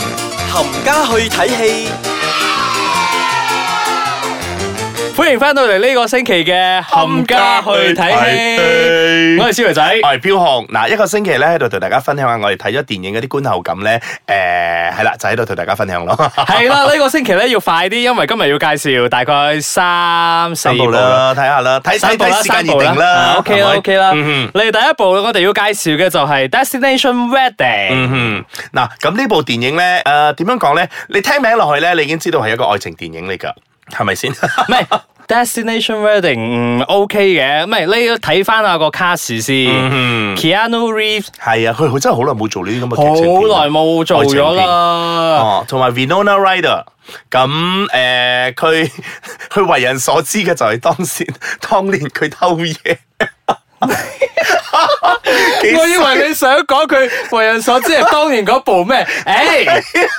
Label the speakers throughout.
Speaker 1: 冚家去睇戲，
Speaker 2: 欢迎翻到嚟呢个星期嘅冚家去睇戲，我係小肥仔。
Speaker 3: 我係飄紅嗱，一個星期咧喺度同大家分享下我哋睇咗電影嗰啲觀後感咧，誒係啦，就喺度同大家分享咯。
Speaker 2: 系啦，呢個星期咧要快啲，因為今日要介紹大概三四
Speaker 3: 三
Speaker 2: 部
Speaker 3: 部
Speaker 2: 啦。
Speaker 3: 啦，睇下啦，睇睇
Speaker 2: 三部啦，
Speaker 3: 睇時間
Speaker 2: 三
Speaker 3: 而
Speaker 2: 部啦啊
Speaker 3: 定啦。啊
Speaker 2: ，OK 啦
Speaker 3: 係咪
Speaker 2: ，OK 啦。
Speaker 3: 嗯
Speaker 2: 你哋第一部我哋要介紹嘅就係 Destination Wedding，
Speaker 3: 嗯哼，嗱，咁呢部電影咧，誒點樣講咧？你聽名落去咧，你已經知道係一個愛情電影嚟㗎，係咪先？
Speaker 2: 唔係 Destination Wedding 嗯 OK 嘅，唔係你要睇翻下個卡 a 先
Speaker 3: 嗯
Speaker 2: ，Keanu Reeves
Speaker 3: 係啊，佢佢真係好耐冇做呢啲咁嘅
Speaker 2: 好
Speaker 3: 劇情片啊啦
Speaker 2: 耐冇做咗啦。
Speaker 3: 哦，同埋 Winona Ryder。咁誒，呃佢 佢為人所知嘅就係當時當年佢偷嘢。 幾
Speaker 2: 我以為你想講佢為人所知係當年嗰部咩？誒，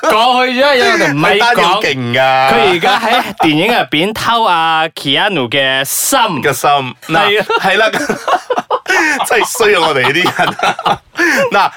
Speaker 2: 過去咗有人唔係
Speaker 3: 單嘢好
Speaker 2: 講。
Speaker 3: 勁啊㗎，
Speaker 2: 佢而家喺電影入邊偷阿 Keanu 嘅心，
Speaker 3: 嘅心
Speaker 2: 係
Speaker 3: 嗱
Speaker 2: 啊
Speaker 3: 係啦， 真係衰啊！我哋呢啲人 嗱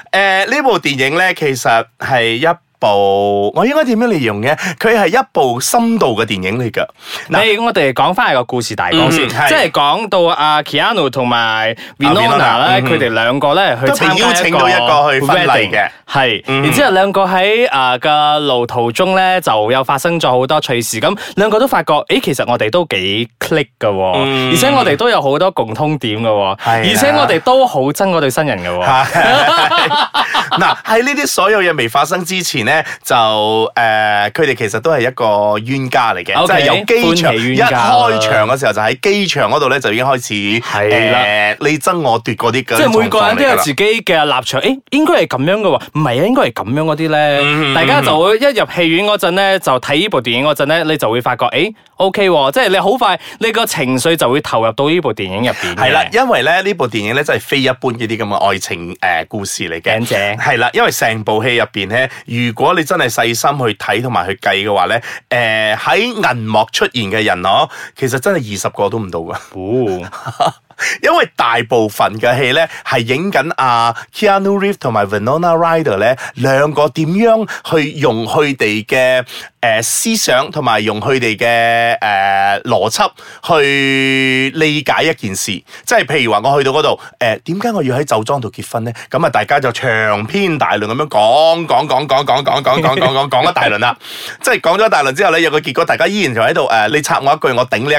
Speaker 3: 誒呢部電影咧，其實係一部我應該點樣嚟用嘅？佢係一部深度嘅電影嚟㗎。嗱
Speaker 2: 你我哋講翻個故事大綱先，
Speaker 3: 嗯係啊
Speaker 2: 即係講到阿 Keanu 同埋 Winona 咧，
Speaker 3: Winona，嗯
Speaker 2: 佢哋兩個咧去
Speaker 3: 都被
Speaker 2: 參
Speaker 3: 邀
Speaker 2: 加一
Speaker 3: 請
Speaker 2: 個
Speaker 3: 到一個去
Speaker 2: wedding
Speaker 3: 婚禮嘅，嗯
Speaker 2: 係。然之後兩個喺啊嘅路途中咧，就又發生咗好多趣事。咁兩個都發覺，誒其實我哋都幾 click 嘅喎，
Speaker 3: 嗯
Speaker 2: 而且我哋都有好多共通點嘅喎，
Speaker 3: 係啊
Speaker 2: 而且我哋都好憎嗰對新人嘅 喎。
Speaker 3: 係嗱喺呢啲所有嘢未發生之前咧，就誒佢哋其實都係一個冤家嚟嘅
Speaker 2: OK，
Speaker 3: 即係由機場
Speaker 2: 歡喜冤
Speaker 3: 一
Speaker 2: 家啦
Speaker 3: 開場嘅時候就喺機場嗰度咧就已經開始
Speaker 2: 係啦
Speaker 3: 誒你爭我奪嗰啲嘅狀況嚟㗎
Speaker 2: 即
Speaker 3: 啦，
Speaker 2: 係每個人都有自己嘅立場，誒應該係咁樣嘅喎，唔係啊，應該係咁樣嗰啲咧，
Speaker 3: 嗯
Speaker 2: 大家就會一入戲院嗰陣咧，就睇呢部電影嗰陣咧，你就會發覺，誒 OK 喎，即係你好快你個情緒就會投入到呢部電影入邊嘅。
Speaker 3: 係啦，因為咧呢部電影咧真係非一般嘅啲咁嘅愛情誒、呃故事嚟
Speaker 2: 正
Speaker 3: 嘅。
Speaker 2: 正
Speaker 3: 係啦，因為成部戲入邊咧，如果你真係細心去睇同埋去計嘅話咧，誒、喺銀幕出現嘅人哦，其實真係二十個都唔到㗎。
Speaker 2: 哦，
Speaker 3: 因為大部分嘅戲咧係影緊阿 Keanu Reeves 同埋 Winona Ryder 咧兩個點樣去用佢哋嘅誒思想同埋用佢哋嘅誒邏輯去理解一件事，即係譬如話我去到嗰度誒點解我要喺酒莊度結婚咧？咁啊大家就長篇大論咁樣講講講講講講講講講講講一大輪啦，即係講咗一大輪之後咧有個結果，大家依然就喺度誒你插我一句我頂你一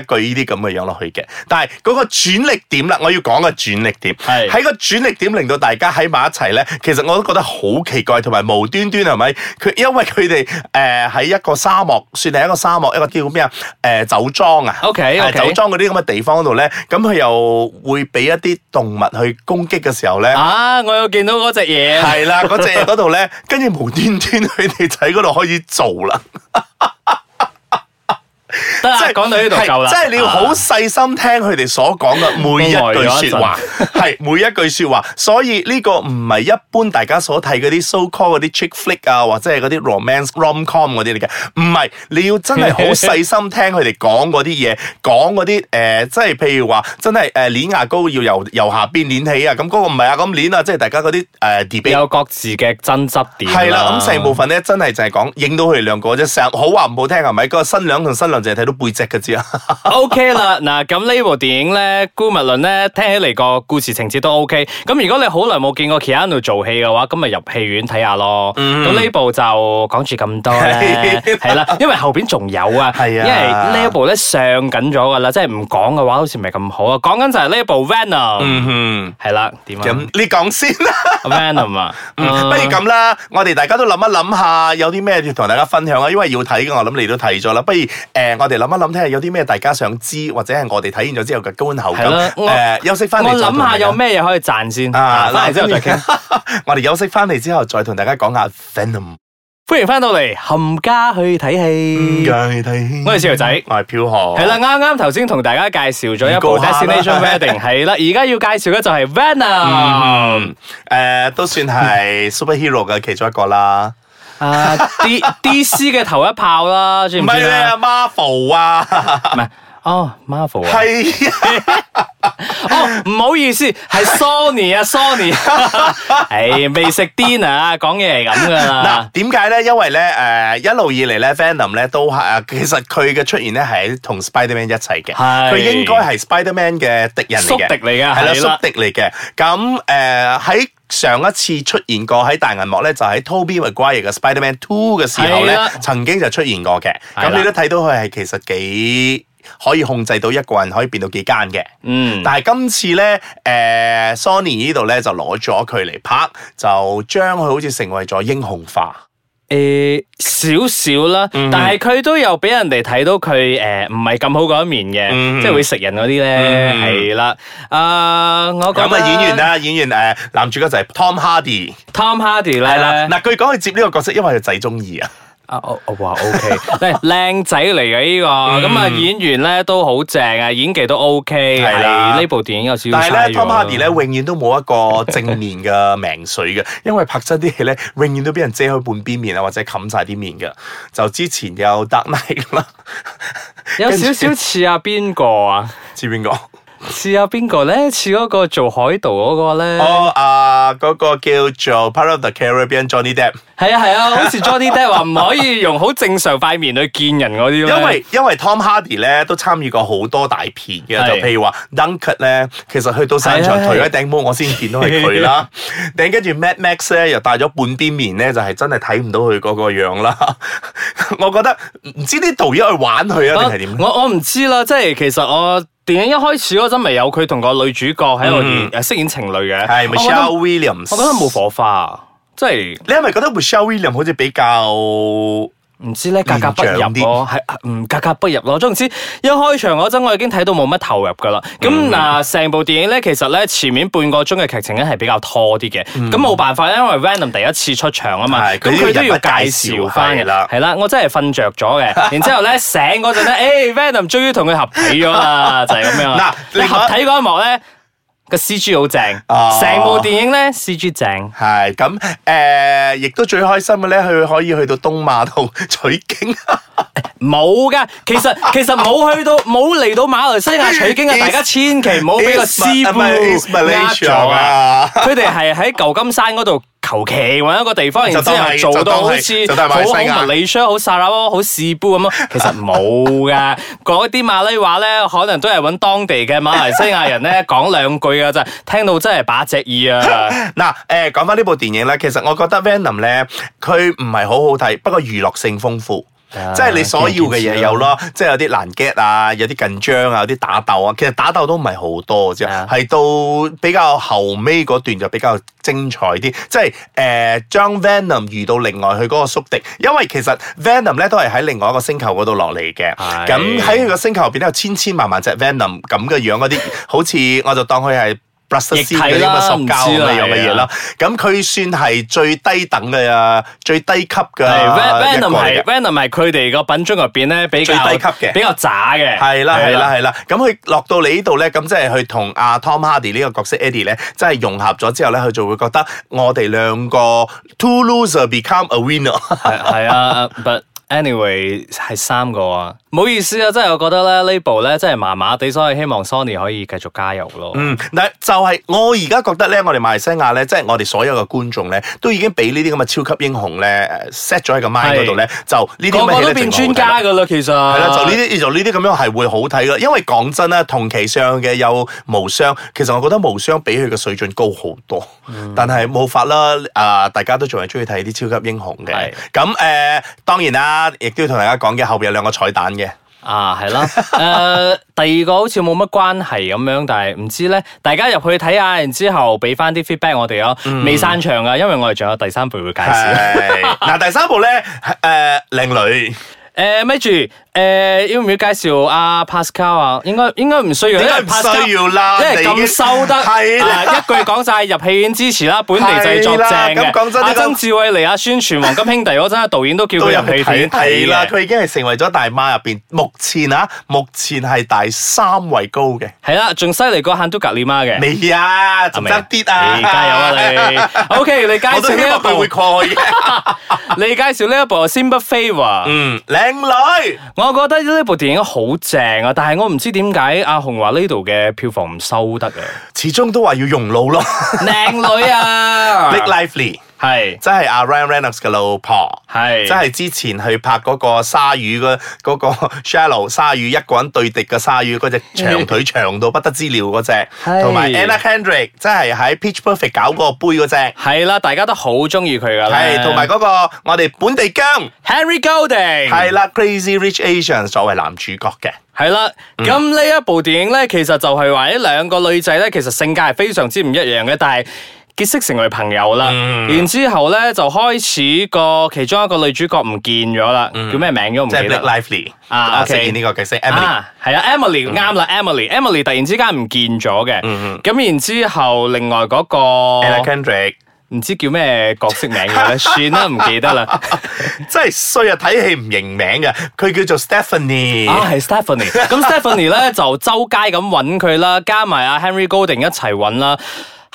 Speaker 3: 句呢啲咁嘅樣落去嘅，但係嗰個轉力點啦，我要講個轉力點
Speaker 2: 係
Speaker 3: 喺個轉力點令到大家喺埋一齊咧，其實我都覺得好奇怪，同埋無端端係咪？佢因為佢哋誒喺一個沙漠，算係一個沙漠，一個叫咩啊？誒、酒莊啊
Speaker 2: OK，OK
Speaker 3: 係酒莊嗰啲咁嘅地方度咧，咁佢又會俾一啲動物去攻擊嘅時候咧。
Speaker 2: 啊，我有見到嗰隻嘢，
Speaker 3: 係啦，嗰只嗰度咧，跟住無端端佢哋就喺嗰度開始做啦。
Speaker 2: 得啦，
Speaker 3: 即係
Speaker 2: 講到呢度
Speaker 3: 係
Speaker 2: 夠啦，
Speaker 3: 即係你要好
Speaker 2: 啊
Speaker 3: 細心聽佢哋所講嘅每 一句説話，係每一句説話。所以呢個唔係一般大家所睇嗰啲 so call 嗰啲 chick flick 啊，或者係嗰啲 romance rom com 嗰啲嚟嘅，唔係你 要真係好細心聽佢哋講嗰啲嘢，講嗰啲誒，即係譬如話真係誒攣牙膏要由由下邊攣起啊，咁嗰個唔係啊咁攣啊，即係大家嗰啲誒 debate。
Speaker 2: 有各啊自嘅爭執點。
Speaker 3: 係啦，咁成部分咧真係就係講影到佢哋兩個啫，成日好話唔好聽係咪？嗰、個新娘同新娘淨係睇到背脊嘅啫。
Speaker 2: O K 啦， 嗱咁呢部電影咧，姑勿論咧，聽起嚟個故事情節都 O K。咁如果你好耐冇見過 Keanu 做戲嘅話，咁咪入戲院睇下咯。咁呢、部就講住咁多咧，
Speaker 3: 係
Speaker 2: 係啦，因為後邊仲有啊，
Speaker 3: 係
Speaker 2: 因
Speaker 3: 啊
Speaker 2: 為呢一部咧上緊咗噶啦，即係唔講嘅話好似唔係咁好啊。講緊就係呢部 Venom，
Speaker 3: 嗯
Speaker 2: 係啦，點
Speaker 3: 咁
Speaker 2: 啊
Speaker 3: 你講先啦，
Speaker 2: ？Venom 啊，
Speaker 3: 不如咁啦，我哋大家都諗一諗下，有啲咩要同大家分享啊？因為要睇嘅，我諗你都睇咗啦。不如誒、呃我哋諗一諗，睇下有啲咩大家想知，或者係我哋睇完咗之後嘅觀後
Speaker 2: 係啦
Speaker 3: 感。
Speaker 2: 我
Speaker 3: 誒、休息翻嚟
Speaker 2: 我
Speaker 3: 再同
Speaker 2: 諗
Speaker 3: 大
Speaker 2: 下
Speaker 3: 家
Speaker 2: 有咩嘢可以賺先，
Speaker 3: 啊？
Speaker 2: 翻嚟之後再
Speaker 3: 跟住
Speaker 2: 傾。
Speaker 3: 我哋休息翻嚟之後，再同大家講下 Venom
Speaker 2: 歡迎翻到嚟，冚家去睇戲。我係小牛仔
Speaker 3: 我係飄河。
Speaker 2: 系啦，，啱啱頭先同大家介紹咗一部
Speaker 3: 預告下啦
Speaker 2: Destination Wedding，係啦，而家要介紹嘅就係 Venom
Speaker 3: 嗯，誒、都 算係 superhero 嘅其中一個啦。
Speaker 2: 啊 D D C 嘅頭一炮啦，知
Speaker 3: 唔
Speaker 2: 唔
Speaker 3: 係
Speaker 2: 知
Speaker 3: 你
Speaker 2: 啊？
Speaker 3: 啊，Marvel 啊。
Speaker 2: 唔係，哦，Marvel 啊，
Speaker 3: 係啊，
Speaker 2: 哦，唔好意思，係 Sony 啊，Sony，唉，未食 dinner 啊，講嘢係咁噶
Speaker 3: 嗱
Speaker 2: 啦，
Speaker 3: 點解咧？因為咧誒、一路以嚟咧 Venom 咧都係啊，其實佢嘅出現咧係同 Spider-Man 一齊嘅，
Speaker 2: 係
Speaker 3: 佢應該係 Spider-Man 嘅敵人嚟
Speaker 2: 宿
Speaker 3: 嘅，
Speaker 2: 敵嚟㗎
Speaker 3: 係啦，
Speaker 2: 係啦
Speaker 3: 宿敵嚟嘅。咁誒喺上一次出現過喺大銀幕咧，就喺 Tobey Maguire 嘅 Spider-Man Two 嘅時候
Speaker 2: 係
Speaker 3: 咧
Speaker 2: 啦，
Speaker 3: 曾經就出現過嘅。
Speaker 2: 係
Speaker 3: 咁
Speaker 2: 啦
Speaker 3: 你都睇到佢係其實幾可以控制到一個人可以變到幾奸嘅。
Speaker 2: 嗯。
Speaker 3: 但係今次咧，誒、Sony 呢度咧就攞咗佢嚟拍，就將佢好似成為咗英雄化。
Speaker 2: 诶、少少啦，但系佢都有俾人哋睇到佢诶唔係咁好嗰一面嘅，
Speaker 3: 嗯
Speaker 2: 即係會食人嗰啲咧，
Speaker 3: 嗯
Speaker 2: 係啦、啊，我覺
Speaker 3: 咁
Speaker 2: 得
Speaker 3: 啊，演員啦，演員誒、男主角就係 Tom Hardy，
Speaker 2: Tom Hardy
Speaker 3: 係啦。
Speaker 2: 咧，
Speaker 3: 嗱，據講佢接呢個角色，因為佢仔中意啊。
Speaker 2: 啊我我話 OK，靚靚仔嚟嘅呢
Speaker 3: 嗯
Speaker 2: 個，咁啊、演員咧都好正啊，演技都 OK，
Speaker 3: 係啦
Speaker 2: 係呢部電影有少少
Speaker 3: 但
Speaker 2: 嘥
Speaker 3: 係
Speaker 2: 咗
Speaker 3: 咧，Tom
Speaker 2: 啦
Speaker 3: Hardy 咧，永遠都冇一個正面嘅名水嘅， 因為拍真啲戲咧，永遠都俾人遮開半邊面啊，或者冚晒啲面嘅。就之前有 Dark Knight 啦，
Speaker 2: 有少少似啊邊個啊？
Speaker 3: 知邊個？
Speaker 2: 似啊邊個咧？似嗰個做海盜嗰個咧？
Speaker 3: 哦，啊，嗰個叫做 Part of the Caribbean Johnny Depp。
Speaker 2: 係啊 係啊，好似 Johnny Depp 話唔可以用好正常塊面去見人嗰啲咧
Speaker 3: 因為因為 Tom Hardy 咧都參與過好多大片嘅，
Speaker 2: 係
Speaker 3: 就譬如話 Dunkirk 咧，其實去到散場
Speaker 2: 係
Speaker 3: 除
Speaker 2: 係
Speaker 3: 咗頂帽，我先見到係佢 啦。頂跟住 Mad Max 咧又戴咗半邊面咧，就係真係睇唔到佢嗰個樣啦。 我覺得唔知啲導演去玩佢啊定係點？
Speaker 2: 我我唔知啦，即係其實我電影一開始嗰陣咪有佢同個女主角喺度演誒飾演情侶嘅，
Speaker 3: 嗯係
Speaker 2: 我覺得
Speaker 3: Michelle
Speaker 2: 我
Speaker 3: Williams。
Speaker 2: 覺得冇。火花啊，即係
Speaker 3: 你係咪覺得 Michelle Williams 好似比較？
Speaker 2: 唔知咧格格不入
Speaker 3: 連長
Speaker 2: 咯，係啊唔格格不入咯。總之一開場嗰陣我已經睇到冇乜投入噶啦。咁
Speaker 3: 嗯
Speaker 2: 嗱，成部電影咧其實咧前面半個鐘嘅劇情咧係比較拖啲嘅，咁冇辦法，因為 Venom 第一次出場啊嘛，
Speaker 3: 嗯係
Speaker 2: 咁
Speaker 3: 佢
Speaker 2: 佢都
Speaker 3: 人物
Speaker 2: 要介
Speaker 3: 介
Speaker 2: 紹
Speaker 3: 紹
Speaker 2: 翻嘅
Speaker 3: 係啦
Speaker 2: 係啦，我真係瞓着咗嘅， 然之後咧醒嗰陣咧，誒 Venom 終於同佢合體咗 啦，就係咁樣啦。
Speaker 3: 嗱
Speaker 2: 你
Speaker 3: 另外
Speaker 2: 合體嗰一幕咧。個 C G 好正，
Speaker 3: 哦
Speaker 2: 成部電影咧 C G 正，
Speaker 3: 係咁誒，呃亦都最開心嘅咧，佢可以去到東馬度取經。
Speaker 2: 冇噶，其 實其實冇去到冇嚟到馬來西亞取經啊！
Speaker 3: Is-
Speaker 2: 大家千祈唔好俾個
Speaker 3: Is-
Speaker 2: 師傅
Speaker 3: 唔係，Is
Speaker 2: 呃
Speaker 3: Malaysia
Speaker 2: 咗啊
Speaker 3: 啊！
Speaker 2: 佢哋係喺舊金山嗰度求其揾一個地方，然之
Speaker 3: 就當係
Speaker 2: 後做到好似
Speaker 3: 就
Speaker 2: 好
Speaker 3: 當係
Speaker 2: 好
Speaker 3: 馬來西亞
Speaker 2: 馬里商、好沙拉波、好士布咁啊！其實冇噶， 嗰啲馬來話咧，可能都係揾當地嘅馬來西亞 人咧講兩句噶咋，聽到真係把隻耳啊！
Speaker 3: 嗱，誒講翻呢部電影咧，其實我覺得《Venom》咧，佢唔係好好睇，不過娛樂性豐富。
Speaker 2: 啊
Speaker 3: 即係你所要嘅嘢有咯，即係有啲難 get 啊，有啲緊張啊，有啲打鬥啊，其實打鬥都唔係好多啫，
Speaker 2: 啊
Speaker 3: 係到比較後尾嗰段就比較精彩啲，即係誒、呃、將 Venom 遇到另外佢嗰個宿敵，因為其實 Venom 咧都係喺另外一個星球嗰度落嚟嘅，
Speaker 2: 係
Speaker 3: 咁喺佢個星球入邊咧有千千萬萬隻 Venom 咁嘅樣嗰啲，好似我就當佢係 b r u s
Speaker 2: 液體
Speaker 3: 嗰啲咁嘅
Speaker 2: 啦
Speaker 3: 塑
Speaker 2: 唔
Speaker 3: 膠
Speaker 2: 知
Speaker 3: 咁
Speaker 2: 啦
Speaker 3: 嘅樣嘅嘢啦。咁佢算係最低等嘅啊，最低級嘅
Speaker 2: 係
Speaker 3: 一個
Speaker 2: Venom
Speaker 3: 嚟
Speaker 2: 係
Speaker 3: 嘅。
Speaker 2: Venom 係佢哋個品種入邊咧比較
Speaker 3: 最低級嘅
Speaker 2: 比較渣嘅，
Speaker 3: 係啦，係啦，係啦。咁佢落到你呢度咧，咁即係佢同阿 Tom Hardy 呢個角色 Eddie 咧，真係融合咗之後咧，佢就會覺得我哋兩個 two loser become a winner。
Speaker 2: 系系啊，but anyway 系三個啊，唔好意思啊，真係我覺得咧呢部咧真係麻麻地，所以希望 Sony 可以繼續加油咯。
Speaker 3: 嗯，嗱，就係我而家覺得咧，我哋馬來西亞咧，即係我哋所有嘅觀眾咧，都已經俾呢啲咁嘅超級英雄咧誒 set 咗喺個 mind 嗰度咧，就呢啲
Speaker 2: 個
Speaker 3: 咁嘅
Speaker 2: 個
Speaker 3: 戲
Speaker 2: 都
Speaker 3: 咧
Speaker 2: 變
Speaker 3: 淨係好
Speaker 2: 專
Speaker 3: 睇
Speaker 2: 家
Speaker 3: 啦
Speaker 2: 噶啊啦，其實
Speaker 3: 係
Speaker 2: 係
Speaker 3: 啦，就呢啲就呢啲咁樣係會好睇嘅，因為講真啦，同期上嘅有無雙，其實我覺得無雙比佢嘅水準高好多，
Speaker 2: 嗯
Speaker 3: 但係冇法啦，啊、大家都仲係中意睇啲超級英雄嘅
Speaker 2: 係，
Speaker 3: 咁誒、呃、當然啦，亦都要同大家講嘅，後邊有兩個彩 蛋嘅，
Speaker 2: 啊，係啦，誒第二個好似冇乜關係咁樣，但係唔知咧，大家入去睇下，然之後俾翻啲 feedback 我哋咯，
Speaker 3: 嗯
Speaker 2: 未散場噶，因為我哋仲有第三部會介紹。
Speaker 3: 係嗱第三部咧誒、呃、靚女，
Speaker 2: 誒呃咪住，誒要唔要介紹阿 Pascal 啊？應該應該唔需要，
Speaker 3: 點
Speaker 2: 因
Speaker 3: 解
Speaker 2: 為
Speaker 3: 唔
Speaker 2: Pascal
Speaker 3: 需要啦？
Speaker 2: 因為
Speaker 3: 你已經
Speaker 2: 咁收得，
Speaker 3: 係啦
Speaker 2: 啊一句講晒入戲院支持啦，本地製作正
Speaker 3: 係啦咁講
Speaker 2: 嘅。
Speaker 3: 真
Speaker 2: 阿
Speaker 3: 呢個
Speaker 2: 曾志偉嚟阿宣傳黃金兄弟嗰陣，導演都叫
Speaker 3: 都
Speaker 2: 佢
Speaker 3: 有
Speaker 2: 入戲
Speaker 3: 去睇
Speaker 2: 院
Speaker 3: 睇
Speaker 2: 睇啊
Speaker 3: 啦，
Speaker 2: 嘅。
Speaker 3: 佢已 經係成為咗大媽入邊目前啊，目前係第三位高嘅。
Speaker 2: 係啦，仲犀利過漢都格里媽嘅。
Speaker 3: 未啊，
Speaker 2: 啊
Speaker 3: 仲
Speaker 2: 未
Speaker 3: 得啲啊！
Speaker 2: 你加油啊你啊！OK，你介
Speaker 3: 我都
Speaker 2: 紹
Speaker 3: 希
Speaker 2: 呢 一
Speaker 3: 望佢會
Speaker 2: 部，
Speaker 3: 過去嘅。
Speaker 2: 你介紹呢一部《Simple Favor》。
Speaker 3: 嗯，咧靚女，
Speaker 2: 我覺得呢部電影好正啊，但係我唔知點解阿紅話呢度嘅票房唔收得啊，
Speaker 3: 始終都話要用腦咯。
Speaker 2: 靚女 啊
Speaker 3: Blake Lively
Speaker 2: 係
Speaker 3: 真係阿 Ryan Reynolds 嘅老婆。
Speaker 2: 係
Speaker 3: 即係之前去拍嗰個鯊魚嘅嗰 個 Shallow 鯊魚一個人對敵嘅鯊魚嗰隻 長腿長到不得之了嗰隻，
Speaker 2: 係
Speaker 3: 同埋 Anna Kendrick 即係喺 Pitch Perfect 搞嗰個杯嗰隻，
Speaker 2: 係啦，大家都好中意佢噶啦，
Speaker 3: 係同埋嗰個我哋本地姜
Speaker 2: Henry Golding
Speaker 3: 係啦 Crazy Rich Asians 作為男主角嘅，
Speaker 2: 係啦，咁呢一部電影咧，其實就係話呢兩個女仔咧，其實性格係非常之唔一樣嘅，但係。結識成為朋友啦，然之後咧就開始個其中一個女主角唔見咗啦，叫咩名都唔
Speaker 3: 即
Speaker 2: 記
Speaker 3: 係
Speaker 2: 得
Speaker 3: Blake。Lively
Speaker 2: 啊
Speaker 3: 啊
Speaker 2: OK
Speaker 3: 飾演呢個角色 Emily。
Speaker 2: 啊，係啊，Emily 啱啦，Emily，Emily 突然之間唔見咗嘅，咁然之後另外嗰
Speaker 3: Anna
Speaker 2: 個
Speaker 3: Kendrick
Speaker 2: 唔知叫咩角色名嘅咧，算啦，唔記得 啦。
Speaker 3: 真係衰啊！睇戲唔認名嘅，佢叫做 Stephanie。
Speaker 2: 啊，係 Stephanie。咁 Stephanie 咧就周街咁揾佢啦，加埋阿 Henry Golding 一齊揾啦。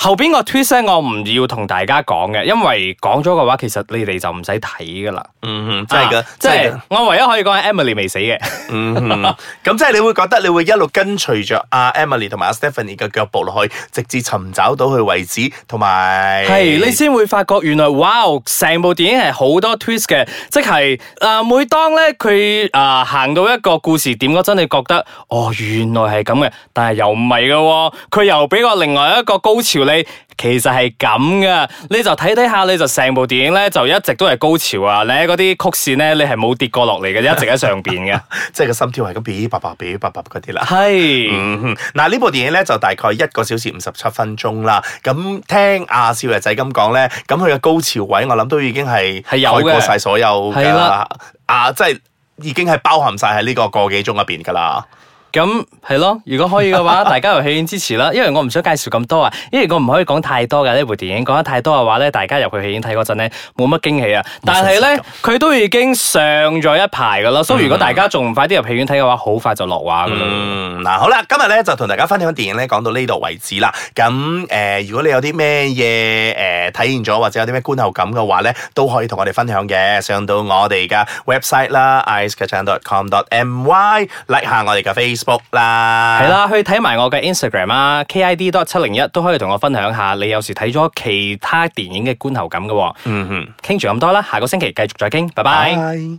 Speaker 2: 後邊個 twist 咧，我唔要同大家講嘅，因為講咗嘅話，其實你哋就唔使睇噶啦。
Speaker 3: 嗯哼，真係
Speaker 2: 啊
Speaker 3: 嘅，
Speaker 2: 即
Speaker 3: 真係
Speaker 2: 係
Speaker 3: 嘅。
Speaker 2: 我唯一可以講係 Emily 未死嘅。
Speaker 3: 嗯哼，咁即係你會覺得你會一路跟隨着阿 Emily 同埋阿 Stephanie 嘅腳步落去，直至尋找到佢為止，同埋
Speaker 2: 係，你先會發覺原來，哇！成部電影係好多 twist 嘅，即係啊、呃每當咧佢啊行到一個故事點嗰陣，你覺得哦，原來係咁嘅，但係又唔係嘅喎，佢又俾個另外一個高潮你。其實係咁噶，你就睇睇下，你就成部電影咧就一直都係高潮啊！你喺嗰啲曲線咧，你係冇跌過落嚟嘅，一直喺上邊嘅。
Speaker 3: 即係個心跳係咁嗶叭叭嗶叭叭嗰啲啦。
Speaker 2: 係。
Speaker 3: 嗯哼，嗱呢部電影咧就大概一個小時五十七分鐘啦。咁聽阿少爺仔咁講咧，咁佢嘅高潮位我諗都已經係
Speaker 2: 係有
Speaker 3: 蓋過
Speaker 2: 嘅
Speaker 3: 晒所有
Speaker 2: 係
Speaker 3: 㗎
Speaker 2: 啦，
Speaker 3: 啊即係已經係包含晒喺呢個個幾鐘入邊㗎啦。
Speaker 2: 咁係咯，如果可以嘅話， 大家由戲院支持啦，因為我唔想介紹咁多啊，因為我唔可以講太多嘅呢部電影，講得太多嘅話咧，大家入去戲院睇嗰陣咧冇乜驚喜啊。但係
Speaker 3: 冇新鮮
Speaker 2: 咧
Speaker 3: 感，
Speaker 2: 佢都已經上咗一排噶啦，所以如果大家仲唔快啲入戲院睇嘅話，好快就落畫噶啦。
Speaker 3: 嗯，嗱好啦，今日咧就同大家分享電影咧，講到呢度為止啦。咁誒、呃如果你有啲咩嘢誒體驗咗，或者有啲咩觀後感嘅話咧，都可以同我哋分享嘅。上到我哋嘅 website 啦 i c e k a c h a n c o m m y like 下我哋嘅 Facebook 啦。
Speaker 2: 係，啦，去睇埋我嘅 Instagram 啊，KID 七零一都可以同我分享下你有時睇咗其他電影嘅觀後感嘅喎。
Speaker 3: 嗯哼，
Speaker 2: 傾住咁多啦，下個星期繼續再傾，拜拜。
Speaker 3: 拜。